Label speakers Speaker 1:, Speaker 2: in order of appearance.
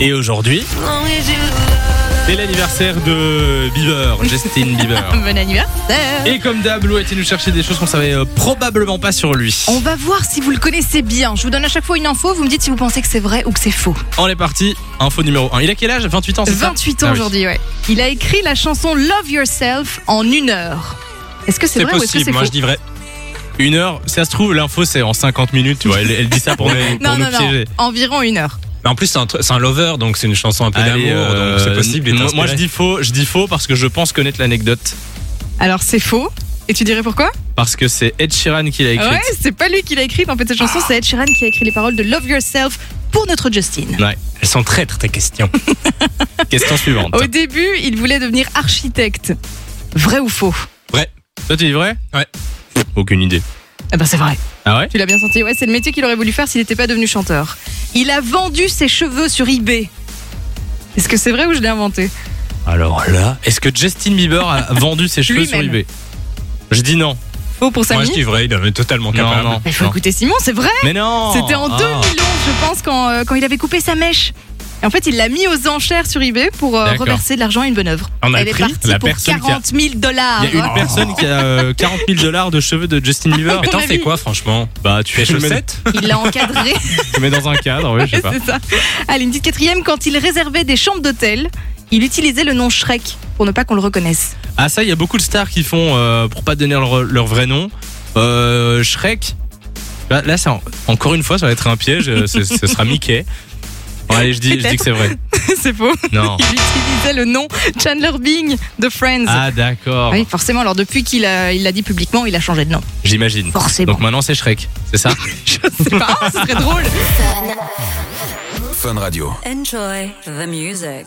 Speaker 1: Et aujourd'hui, c'est l'anniversaire de Bieber, Justin Bieber.
Speaker 2: Bon anniversaire
Speaker 1: Et comme d'hab, Lou a été nous chercher des choses qu'on savait euh, probablement pas sur lui.
Speaker 2: On va voir si vous le connaissez bien. Je vous donne à chaque fois une info, vous me dites si vous pensez que c'est vrai ou que c'est faux.
Speaker 1: On est parti, info numéro 1. Il a quel âge 28 ans, c'est ça
Speaker 2: 28
Speaker 1: Ah
Speaker 2: ans
Speaker 1: oui.
Speaker 2: aujourd'hui, ouais. Il a écrit la chanson Love Yourself en une heure. Est-ce que c'est
Speaker 1: C'est
Speaker 2: vrai ou est-ce que
Speaker 1: possible,
Speaker 2: c'est
Speaker 1: moi
Speaker 2: faux
Speaker 1: je dis vrai. Une heure, ça se trouve, l'info c'est en 50 minutes, tu vois. Elle, elle dit ça pour nous, pour
Speaker 2: Non,
Speaker 1: nous
Speaker 2: non, non,
Speaker 1: piéger.
Speaker 2: environ une heure.
Speaker 3: Mais en plus, c'est un, tr- c'est un lover, donc c'est une chanson un peu
Speaker 1: Allez,
Speaker 3: d'amour,
Speaker 1: euh,
Speaker 3: donc c'est possible. il est
Speaker 1: moi- Moi je
Speaker 3: inspiré.
Speaker 1: dis faux, je dis faux parce que je pense connaître l'anecdote.
Speaker 2: Alors c'est faux. Et tu dirais pourquoi Ah
Speaker 1: Parce que c'est Ed Sheeran qui l'a écrite. Ah.
Speaker 2: Ouais, c'est pas lui qui l'a écrite en fait cette chanson, c'est Ed Sheeran qui a écrit les paroles de Love Yourself pour notre Justin.
Speaker 3: Elles sont traîtres, tes questions.
Speaker 1: Question suivante.
Speaker 2: Au début, il voulait devenir architecte. Vrai ou faux
Speaker 1: Toi tu dis vrai
Speaker 3: Ouais.
Speaker 1: Aucune idée.
Speaker 2: Eh ben c'est vrai.
Speaker 1: Ah ouais
Speaker 2: Tu l'as bien senti, ouais, c'est le métier qu'il aurait voulu faire s'il n'était pas devenu chanteur. Il a vendu ses cheveux sur eBay. Est-ce que c'est vrai ou je l'ai inventé
Speaker 1: Alors là, est-ce que Justin Bieber a vendu ses cheveux sur
Speaker 2: Lui-même.
Speaker 1: eBay Je dis non.
Speaker 2: Faux pour
Speaker 3: moi,
Speaker 2: Samy
Speaker 3: je dis vrai, il en est totalement capable.
Speaker 1: Non, non.
Speaker 2: Il faut
Speaker 1: non.
Speaker 2: écouter Simon, c'est vrai
Speaker 1: Mais non
Speaker 2: C'était en
Speaker 1: Ah.
Speaker 2: 2011, je pense, quand, euh, quand il avait coupé sa mèche. Et en fait, il l'a mis aux enchères sur eBay pour euh,
Speaker 1: D'accord.
Speaker 2: reverser de l'argent à une bonne œuvre.
Speaker 1: On a
Speaker 2: Elle est
Speaker 1: appris
Speaker 2: partie
Speaker 1: la
Speaker 2: pour
Speaker 1: personne qui a-
Speaker 2: 40 000 dollars.
Speaker 1: Ah. Il y a une
Speaker 2: Ouais.
Speaker 1: personne qui a euh, 40 000 dollars de cheveux de Justin Bieber.
Speaker 3: Mais
Speaker 2: Ton
Speaker 3: t'en
Speaker 2: avis
Speaker 3: fais quoi, franchement
Speaker 1: Bah, tu
Speaker 3: Tes
Speaker 1: tu le mets-
Speaker 3: chaussettes
Speaker 2: Il l'a encadré.
Speaker 1: tu le mets dans un cadre, oui, je sais pas.
Speaker 2: c'est ça. Allez, une petite quatrième. Quand il réservait des chambres d'hôtel, il utilisait le nom Shrek pour ne pas qu'on le reconnaisse.
Speaker 1: Ah ça, il y a beaucoup de stars qui font euh, pour pas donner leur, leur vrai nom. Euh, Shrek. Là, là, ça, encore une fois, ça va être un piège. euh, ce, ce sera Mickey. Bon, allez, je dis, je dis que c'est vrai.
Speaker 2: c'est faux.
Speaker 1: Non.
Speaker 2: Il utilisait le nom Chandler Bing de Friends.
Speaker 1: Ah d'accord.
Speaker 2: Oui, forcément. Alors, depuis qu'il a- il l'a dit publiquement, il a changé de nom.
Speaker 1: J'imagine.
Speaker 2: Forcément.
Speaker 1: Donc maintenant, c'est Shrek. C'est ça.
Speaker 2: Je sais pas, ce serait drôle.
Speaker 4: Enjoy the music.